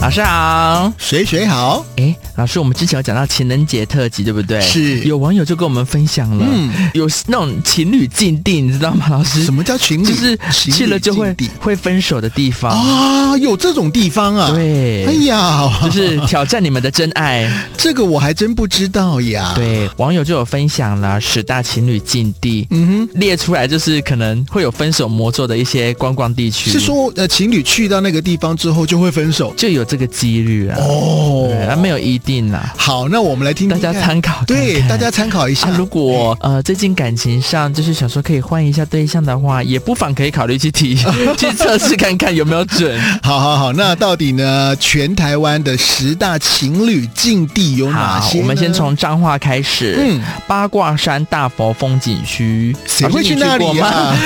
老师好。水水好，哎，老师，我们之前有讲到情人节特辑，对不对？是有网友就跟我们分享了，嗯有那种情侣禁地，你知道吗？老师，什么叫情侣？嗯就是情侣去了就会禁地会分手的地方，啊，有这种地方啊？对哎呀，就是挑战你们的真 爱。这个我还真不知道呀。，对，网友就有分享了十大情侣禁地，嗯列出来就是可能会有分手魔咒的一些观光地哼，区，是说呃，情侣去到那个地方之后就会分手就有这个几率啊，对，哦。啊没有一定啦，好，那我们来听大听家看参考看看对，大家参考一下啊，。如果呃最近感情上就是想说可以换一下对象的话，也不妨可以考虑去提去测试看看有没有 准。好好好，那到底呢？全台湾的十大情侣禁地有哪好些，呢？我们先从彰化开始，嗯，八卦山大佛风景区，谁会老师去你那过里吗？啊？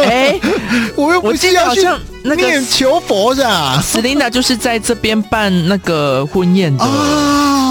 哎、 我又我不记是得要好去像那个念求佛的啊。 Selina 就是在这边办那个婚宴的，啊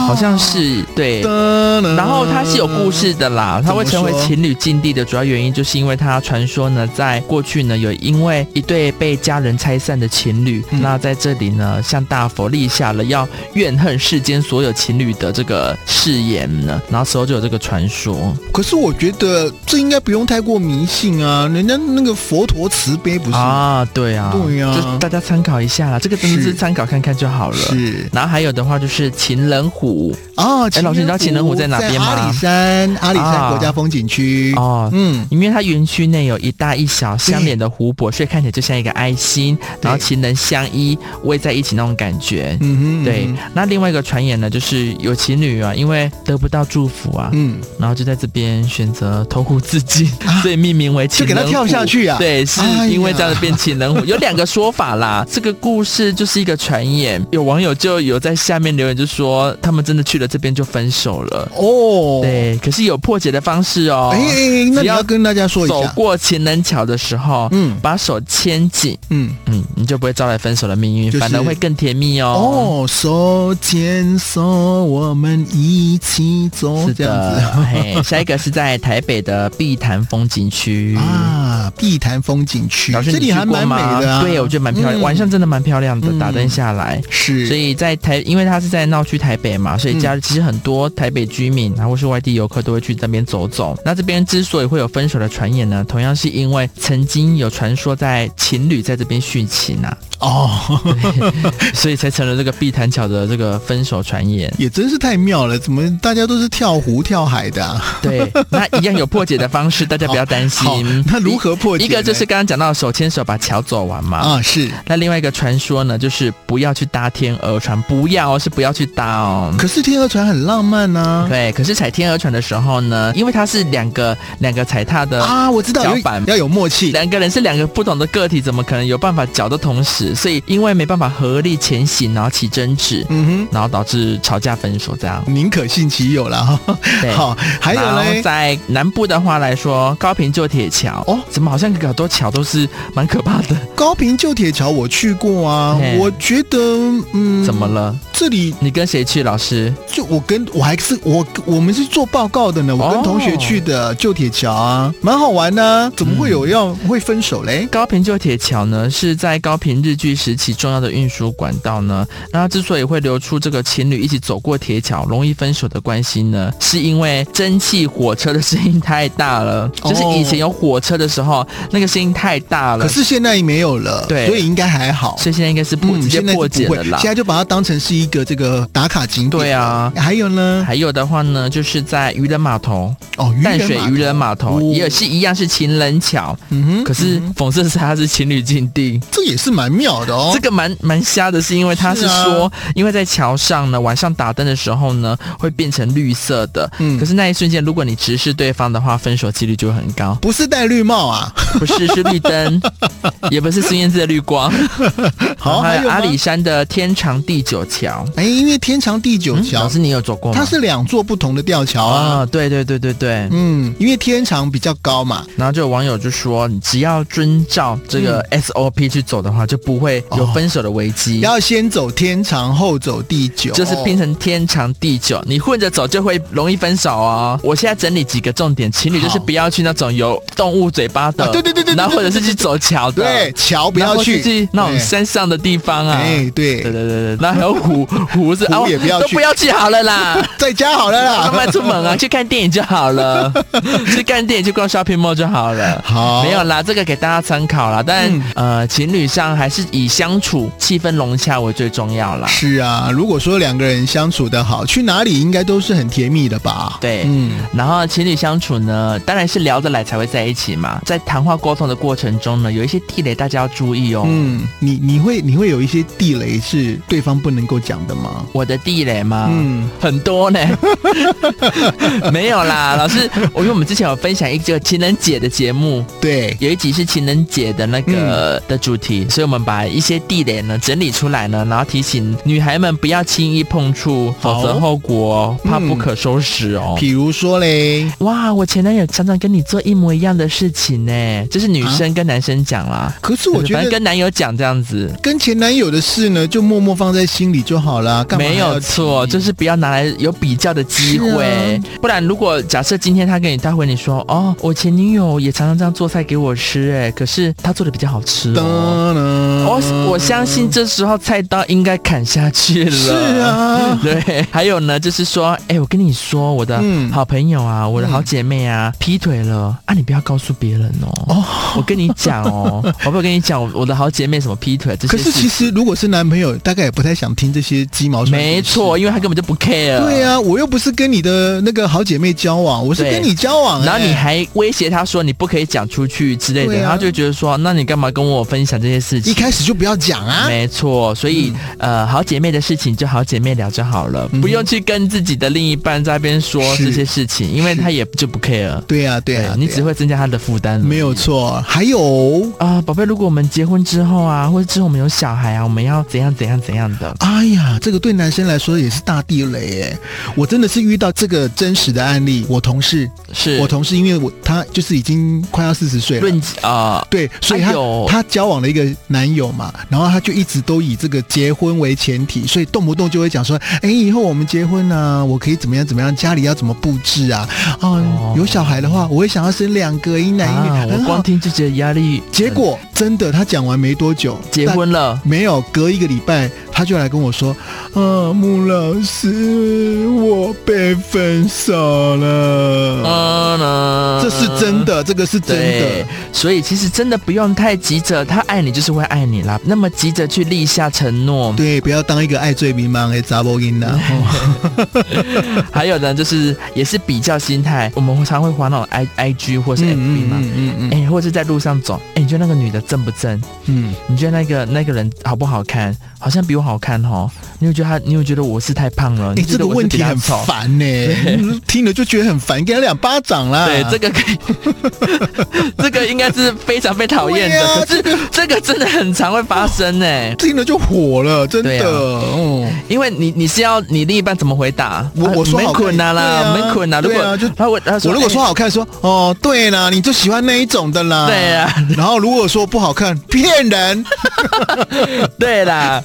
好像是对。然然后它是有故事的啦，它怎么会成为说情侣禁地的主要原因，就是因为它传说呢，在过去呢，有因为一对被家人拆散的情侣，嗯那在这里呢，向大佛立下了要怨恨世间所有情侣的这个誓言呢，然后时候就有这个传说。可是我觉得这应该不用太过迷信啊，人家那个佛陀慈悲不是？啊，对啊，对啊就大家参考一下啦，这个真的是是参考看看就好了。是然后还有的话就是情人湖啊，哎情人老师你知道情人湖在哪边吗阿里山，阿里啊山国家风景区。哦。嗯，因为它园区内有一大一小相连的湖泊，所以看起来就像一个爱心，然后情人相依偎在一起那种感觉。嗯哼，对，那另外一个传言呢，就是有情侣啊，因为得不到祝福啊，嗯，然后就在这边选择投湖自 尽，所以命名为情就给人湖。他跳下去啊对，是哎呀因为这样子变情人湖。有两个说法 啦，这个故事就是一个传言。有网友就有在下面留言，就说他们真的去了这边就分手了。哦，，对，可是有破解的方式哦。哎哎，那只你要要跟大家说一走下，过情人桥的时候，嗯把手牵紧，嗯，嗯，你就不会招来分手的命运，就是反而会更甜蜜哦。哦，手牵手，我们一起走，是哦这样子。的，嘿，下一个是在台北的碧潭风景区。啊，碧潭风景区，老师，这你里去还过蛮美吗的啊。对，我觉得蛮漂亮，嗯晚上真的蛮漂亮的，嗯打灯下来。是，嗯所以在台，因为它是在闹区台北嘛，所以假日其实很多台北居民啊，或是外地游客都会去那边走走。那这边之所以会有分手的传言呢，同样是因为曾经有传说在情侣在这边殉情啊，哦， 所以才成了这个碧潭桥的这个分手传言。也真是太妙了，怎么大家都是跳湖跳海的、啊？ 对，那一样有破解的方式，大家不要担心好，。那如何破解呢？一个就是刚刚讲到手牵手把桥走完嘛，啊，是。那另外一个传说呢，就是不要去搭天鹅船，不要哦，是不要去搭哦。可是天鹅船很浪漫啊呐、对，可是踩天鹅船的时候呢，因为它是两个两个踩踏啊。的，我知道，呃脚有板要有默契。两个人是两个不同的个体，怎么可能有办法脚的同时？所以因为没办法合力前行，然后起争执，嗯然后导致吵架分手这样。哼，宁可信其有啦。哈。对， 好，还有然后嘞，在南部的话来说，高平旧铁桥哦，怎么好像很多桥都是蛮可怕的？高平旧铁桥我去过啊嘿，我觉得嗯，怎么了？这里你跟谁去？老师？就我跟我还是我我们是做报告的呢，我哦跟同学去的旧铁桥啊，蛮好玩的、啊，怎么会嗯有要、会分手嘞？高平旧铁桥呢，是在高平日据时期重要的运输管道呢。那它之所以会流出这个情侣一起走过铁桥容易分手的关系呢，是因为蒸汽火车的声音太大了。哦就是以前有火车的时候，那个声音太大了。可，是现在没有了，对所以应该还好。所以现在应该是破、嗯，直接现在是破解不会了啦现。在就把它当成是一个这个打卡景点。对啊还有呢，还有的话呢，就是在渔人码头、哦，渔淡水码渔人码头哦也是一样是情人桥，嗯哼，可是嗯哼讽刺的是它是情侣禁地。这也是蛮妙的哦。这个蛮蛮瞎的，是因为他是是啊说，因为在桥上呢，晚上打灯的时候呢，会变成绿色的。嗯。可是那一瞬间，如果你直视对方的话，分手几率就会很高不是戴绿 帽啊，不是，是绿 灯，也不是孙燕姿的绿光。好，然后还还有有吗阿里。山的天长地久桥。哎，因为天长地九桥嗯老，师你有走过吗？它是两座不同的吊桥啊。啊，对对对对对。嗯，因为天长比较高嘛，然后就有网友就说，你只要遵照这个 SOP 去走的话，就不会有分手的危机。嗯要先走天长后走地久，哦就是拼成天长地久，你混着走就会容易分手哦。我现在整理几个重点，情侣就是好不要去那种有动物嘴巴的，啊对对对对对然后或者是去走桥的，对，桥不然后要去是去那种对山上的地方啊，哎，对对对，对对，那还有湖湖是啊，湖也不要都去不要去好了 啦。在家好了慢 啦。慢出门啊，去看电影就好 了，去看电影去逛 shopping mall 就好了。好没有啦，这个给大家参考啦。但、哦嗯呃，情侣上还是以相处气氛融洽为最重要啦。是啊，如果说两个人相处的好，去哪里应该都是很甜蜜的吧？对嗯，然后情侣相处呢，当然是聊得来才会在一起嘛。在谈话沟通的过程中呢，有一些地雷大家要注意哦。嗯，你你会你会有一些地雷是对方不能够讲的吗？我的地雷嘛，嗯很多 呢，没有啦，老师，我因为我们之前有分享一个情人节的节目，对，有一集是情人节的那嗯个、的主题，所以我们把一些地雷呢整理出来呢，然后提醒女孩们不要轻易碰触，好否则后果怕嗯不可收拾哦。比如说嘞，哇，我前男友常常跟你做一模一样的事情呢，就是女生跟男生讲啦，可啊是我觉反正得跟男友讲这样子。跟前男友的事呢，就默默放在心里就好了，干嘛还没要有错，提就是不要拿来有比较的机会是，啊不然如果假设今天他跟你，他回你说，哦，我前女友也常常这样做菜给我吃，哎，可是他做的比较好吃噔哦。我我相信这时候菜刀应该砍下去了。是。嗯啊，对，还有呢，就是说，哎、我跟你说，我的嗯好朋友啊，我的好姐妹啊，劈腿了啊，你不要告诉别人哦。哦我跟你讲 哦，我不跟你讲，我的好姐妹什么劈腿这些可事是其实如果是男朋友，大概也不太想听这些鸡毛蒜皮没错，事。因为他根本就不 care。对、啊，我又不是跟你的那个好姐妹交往，我是对跟你交往、然后你哎还威胁他说你不可以讲出去之类的，对啊他就觉得说，那你干嘛跟我分享这些事一情？开始就不要讲啊。嗯没错，所以、呃，好姐妹的事情就好姐妹聊就好了，嗯哼不用去跟自己的另一半在那边说是这些事情，因为他也就不 care，对啊，对啊，你对啊只会增加他的负担而已。没有错。还有，啊，宝贝，如果我们结婚之后啊，或者之后我们有小孩啊，我们要怎样怎样怎样的？哎呀，这个对男生来说也是大地雷哎！我真的是遇到这个真实的案例，我同事，是我同事，因为我他就是已经快要四十岁了，论啊、对，所以她哎呦她交往了一个男友嘛，然后她就一直都以这个结婚为前提，所以动不动就会讲说，哎，以后我们结婚啊，我可以怎么样怎么样，家里要怎么布置啊，啊、哦有小孩的话，我会想要生两个，一男一女，啊，很我好光。听就觉得压力。结果真的，她讲完没多久，结但婚了，没有，隔一个礼拜，她就来跟我说，啊，穆老师，我被分手了。嗯呢呃这是真。的，这个是真对的，，所以其实真的不用太急着，他爱你就是会爱你啦。那么急着去立下承诺，对，不要当一个爱醉迷茫的杂波音呐。哦还有呢，就是也是比较心态。我们常会滑那种 i i g 或是 f b 嘛，嗯嗯哎、或者是在路上走，哎、你觉得那个女的正不正？嗯你觉得那个那个人好不好看？好像比我好看哦。你有觉得他？你有觉得我是太胖了？哎，你觉这个得我是问比题他很丑？烦呢、嗯听了就觉得很烦，给他两巴掌啦。对，这个可以， 这个应该是非常被讨厌对啊的。可是这个真的很常会发生呢、听了就火了，真对的。啊哦，因为你你是要你另一半怎么回答？我啊我说没好看困难啦，对啊没困难。如对啊果就他我他我如果说哎好看，说哦，对啦，你就喜欢那一种的啦。对啊。然后如果说不好看，骗人，对 啦，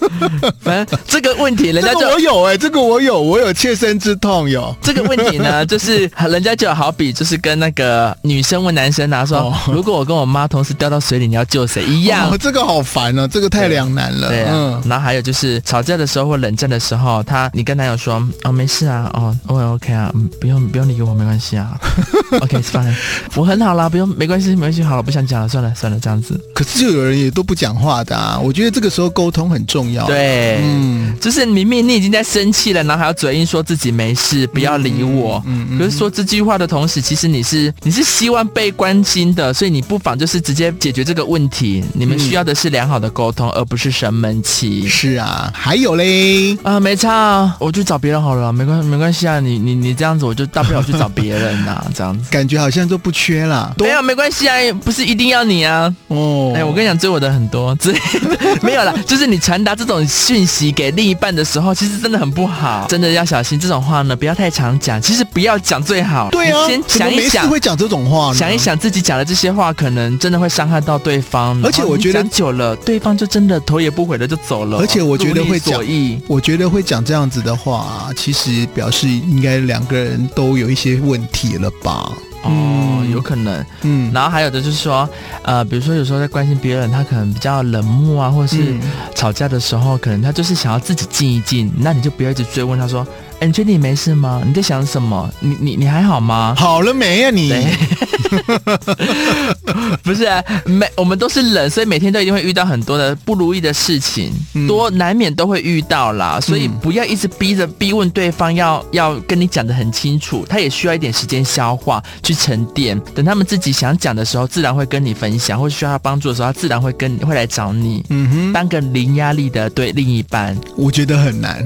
反正这个问题人家这就个我有哎、这个我有，我有切身之痛有。这个问题 呢，就是人家就好比就是跟那个女生问男生啊说，哦如果我跟我妈同时掉到水里，你要救谁一样。哦，嗯这个好烦哦，这个太两难了。对啊，然后还有就是吵架的时候或冷战的时候，他你跟男友说哦没事啊，哦我也 OK 啊，嗯不用不用理我，没关系啊 ，OK fine，我很好啦，不用没关系没关系，好了不想讲了，算了算了这样子。可是就有人也都不讲话的啊。我觉得这个时候沟通很重要。，对，哦嗯，就是明明你已经在生气了，然后还要嘴硬说自己没事，不要理我。嗯嗯可是说这句话的同时，其实你是你是希望被关心的，所以你不妨就是直接解决这个问题。你们需要的是良好的沟通，而不是生闷气。是啊，还有嘞。啊、没差啊，我去找别人好了，没关没关系啊，你你你这样子，我就大不了我去找别人呐、这样子。感觉好像都不缺啦。都没有没关系啊，不是一定要你啊。哦 哎、我跟你讲，追我的很多，之类的没有啦，就是你传达这种讯息给另一半的时候，其实真的很不好，真的要小心这种话呢，不要太常讲。其实不要讲最好，对啊，你先怎么想一没事想。会讲这种话呢？想一，想自己讲的这些话，可能真的会伤害到对方。而且然后我你觉得讲久了，对方就真的头也不回的就走了。而且我觉得如你会所讲意我觉得会讲这样子的话、其实表示应该两个人都有一些问题了吧？哦，嗯有可能。嗯，然后还有的就是说，呃，比如说有时候在关心别人，他可能比较冷漠啊，或者是嗯吵架的时候，可能他就是想要自己静一静，那你就不要一直追问他说，哎，你确定你没事吗？你在想什么？你你你还好吗？好了没啊你？对，不是、啊、每我们都是人，所以每天都一定会遇到很多的不如意的事情，嗯多难免都会遇到啦。所以嗯不要一直逼着逼问对方要要跟你讲的很清楚，他也需要一点时间消化去沉淀。等他们自己想讲的时候，自然会跟你分享，或者需要他帮助的时候，他自然会跟会来找你。嗯当个零压力的对另一 半，哼，我觉得很 难。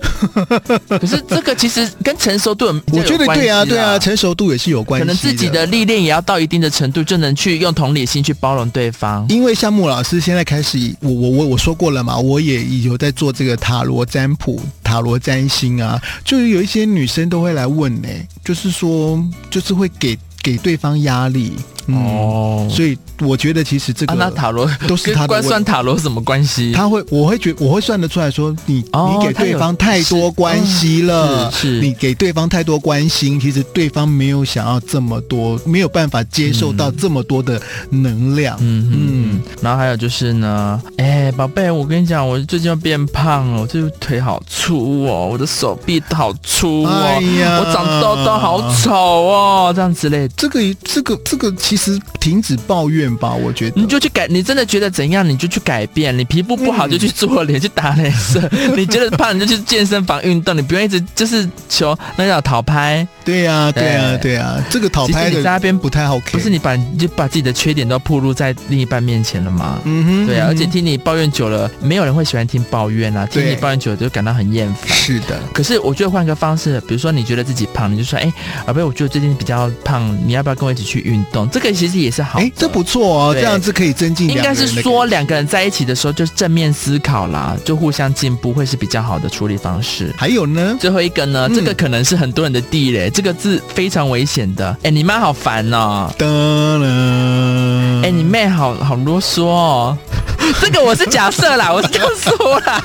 可是这个其实跟成熟度很，我觉得对啊，对啊，啊，成熟度也是有关可系。能自己的历练也要到一定的程度，就能去用同理心去包容对方。因为像穆老师现在开始，我我我我说过了嘛，我也有在做这个塔罗占卜、塔罗占星啊，就是有一些女生都会来问呢、就是说，就是会给给对方压力。嗯、哦，哦，所以我觉得其实这啊，那个塔罗都是跟他的关问算塔罗什么关系？他会，我会觉，我会算得出来说，你、哦嗯你给对方太多关系了，是是是你给对方太多关心，其实对方没有想要这么多，没有办法接受到这么多的能量。嗯嗯，然后还有就是呢，哎，宝贝，我跟你讲，我最近又变胖了，我这腿好粗哦，我的手臂好粗哦，哎呀，我长痘痘好丑哦，这样之类的。这个这个这个其实停止抱怨吧，我觉得。你就去改，你真的觉得怎样你就去改变。你皮肤不好嗯就去做脸、去打脸 色，你觉得胖你就去健身房运动，你不用一直就是求那叫讨拍，对呀、对呀、哎对呀、这个讨其拍实你在的那边不太 OK。不是，你把你就把自己的缺点都暴露在另一半面前了吗？嗯哼，对啊，嗯哼而且听你抱怨久了，没有人会喜欢听抱怨啊，听对你抱怨久了就感到很厌烦。是的，可是我觉得换个方式，比如说你觉得自己胖，你就说，哎，宝贝，我觉得最近比较胖，你要不要跟我一起去运动？这个其实也是好的。哎，这不错哦，对这样子可以增进应两个该人的是感情。说两个人在一起的时候，就是正面思考啦，就互相进步会是比较好的处理方式。还有呢，最后一个呢，嗯这个可能是很多人的地雷，这个字非常危险的。哎，你妈好烦哦！噔了，哎、你妹好好啰嗦哦！ 这个我是假设啦，我是这样说啦。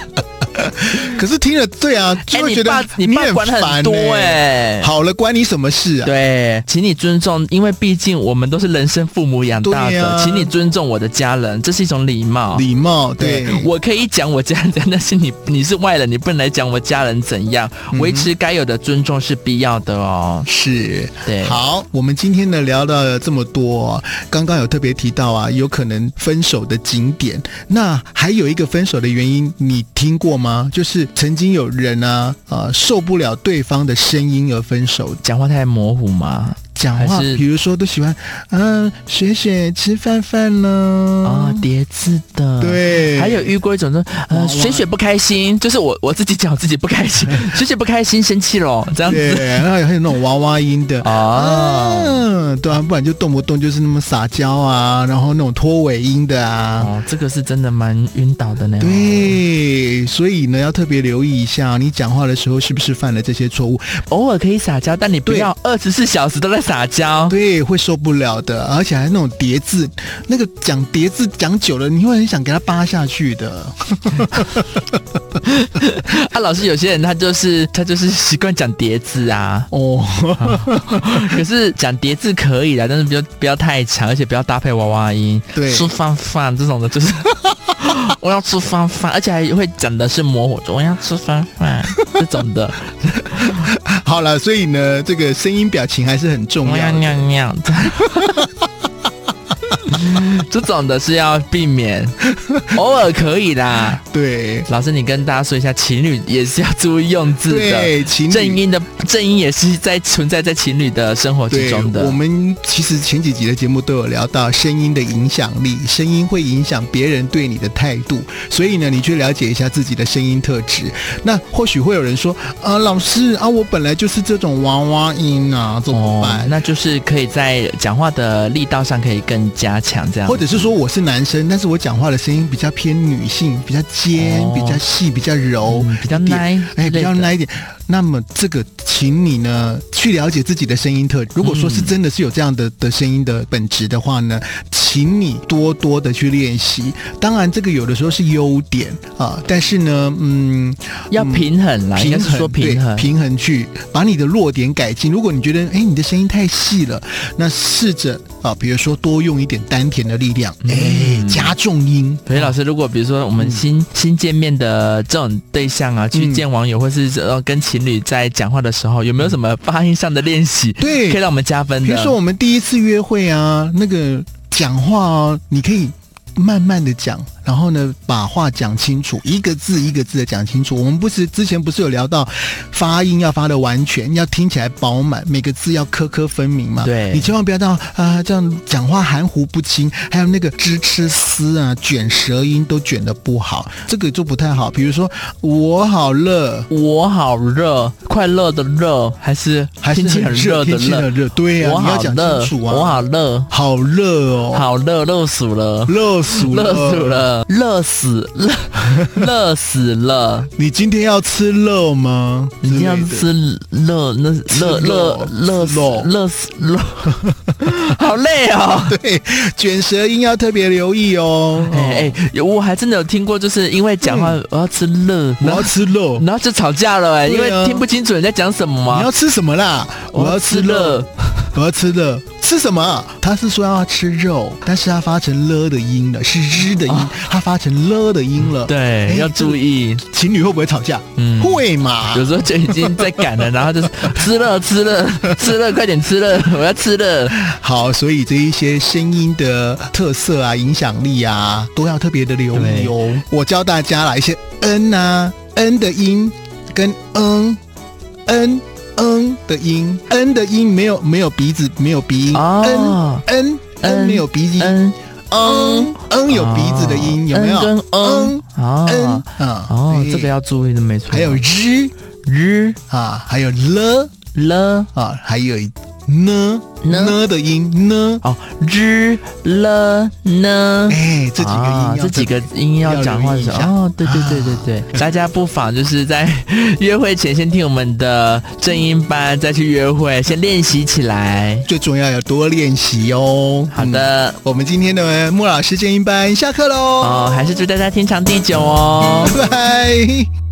可是听了对啊，哎、就会你觉得爸你爸很管烦很多欸哎、好了，关你什么事啊？对，请你尊重，因为毕竟我们都是人生父母养大对的，啊请你尊重我的家人，这是一种礼貌。礼貌，对，我可以讲我家人，但是你你是外人，你不能来讲我家人怎样。嗯维持该有的尊重是必要的哦。是。对，好，我们今天呢聊到了这么多、刚刚有特别提到啊，有可能分手的景点，那还有一个分手的原因，你听过吗？就是曾经有人啊，呃，受不了对方的声音而分手，讲话太模糊嘛。讲话还是比如说都喜欢，嗯、雪雪吃饭饭了啊、叠字的。。嗯对，还有遇过一种说，哇哇呃，水雪不开心，就是我我自己讲我自己不开 心，水雪不开心生气咯，这样对，子然后还有那种娃娃 音的。啊哦。嗯，对啊，不然就动不动就是那么撒娇啊，然后那种拖尾音的啊，哦，这个是真的蛮晕倒的呢。，对，所以呢，要特别留意一下，你讲话的时候是不是犯了这些错误？偶尔可以撒娇，但你不对要二十四小时都在撒娇。对，会受不了的，而且还那种叠字，那个讲叠字讲久了，你会很想给他扒下去的。啊，老师，有些人他就是他就是习惯讲叠字 啊，哦，可是讲叠字可以啦，但是不要不要太长，而且不要搭配娃娃音。对吃饭饭这种的，就是 我要吃饭饭，而且还会讲的是模糊，我要吃饭 饭这种的，哦好了，所以呢，这个声音表情还是很重我要要的。尿尿。 这种的是要避免，偶尔可以啦。对老师，你跟大家说一下，情侣也是要注意用字的，对，情正侣。音的正音也是在存在在情侣的生活之对中，的。哦我们其实前几集的节目都有聊到声音的影响力，声音会影响别人对你的态度，所以呢，你去了解一下自己的声音特质。那或许会有人说，啊，老师啊，我本来就是这哦种娃娃音啊，怎么办？那就是可以在讲话的力道上可以更加强这样或。者是说我是男生，但是我讲话的声音比较偏女性，比较尖，哦比较细，比较柔，嗯比较耐之类哎，的比较耐一点。那么这个，请你呢去了解自己的声音特质。如果说是真的是有这样的的声音的本质的话呢，请你多多的去练习。当然，这个有的时候是优点啊，但是呢，嗯，要平衡啦，啊应平该衡是说平衡对。平衡去把你的弱点改进。如果你觉得哎你的声音太细了，那试着啊，比如说多用一点丹田的力量，嗯哎、加重音。所以老师，如果比如说我嗯们新、新见面的这种对象啊，去见网友或是呃跟情侣在讲话的时候，有没有什么发音上的练习，嗯对可以让我们加分比的如？说我们第一次约会啊，那个讲话哦，你可以慢慢的讲，然后呢把话讲清楚，一个字一个字的讲清楚。我们不是之前不是有聊到发音要发的完全，要听起来饱满，每个字要颗颗分明嘛。对你千万不要到啊、这样讲话含糊不清，还有那个支吃丝啊卷舌音都卷的不好，这个就不太好。比如说我好热。我好热，快乐的热，还是还是天气很热的天气很热，对呀、我你要好讲热清，楚啊！我好热，好热哦，好热，热死了，热死了，热死。了，热死热， 热死了。你今天要吃肉吗？你这样之类的。吃热那热热热吃肉热死热， 好累哦。对，卷舌音要特别留意哦。哎哎，有我还真的有听过，就是因为讲话我要吃热，嗯我然后要吃肉，然后就吵架了哎，因对啊为听不清楚人家讲什么啊嘛你要。吃什么啦？我要吃肉，热，我要吃肉，吃什么啊？他是说要吃肉，但是他发成了的音了，是日的音，他发成了的音了。，哦对哎，要注意。情侣会不会吵架？嗯会 嘛有。时候就已经在赶了，然后 就是吃了吃了吃了，快点吃了，我要吃了。好，所以这一些声音的特色啊、影响力啊，都要特别的留意哦。我教大家啦，一些嗯啊、嗯的音跟嗯、嗯、嗯的音，嗯的音没有没有鼻子，没有鼻音，嗯哦，嗯嗯嗯没有鼻音，嗯，嗯嗯有鼻子的音，有没有？嗯跟嗯嗯哦啊，哦，对这个要注意的，没错。还有日日啊，还有了了啊，还有呢呢呢的音呢，哦，日了呢。哎，这几个音啊要，这几特别个音要讲话的时要留意一下啊候，哦，对对对对对，大家不妨就是在约会前先听我们的正音班，再去约会，先练习起来。最重要要多练习哦。好嗯的，我们今天的穆老师建议班下课喽，哦，还是祝大家天长地久哦。拜拜。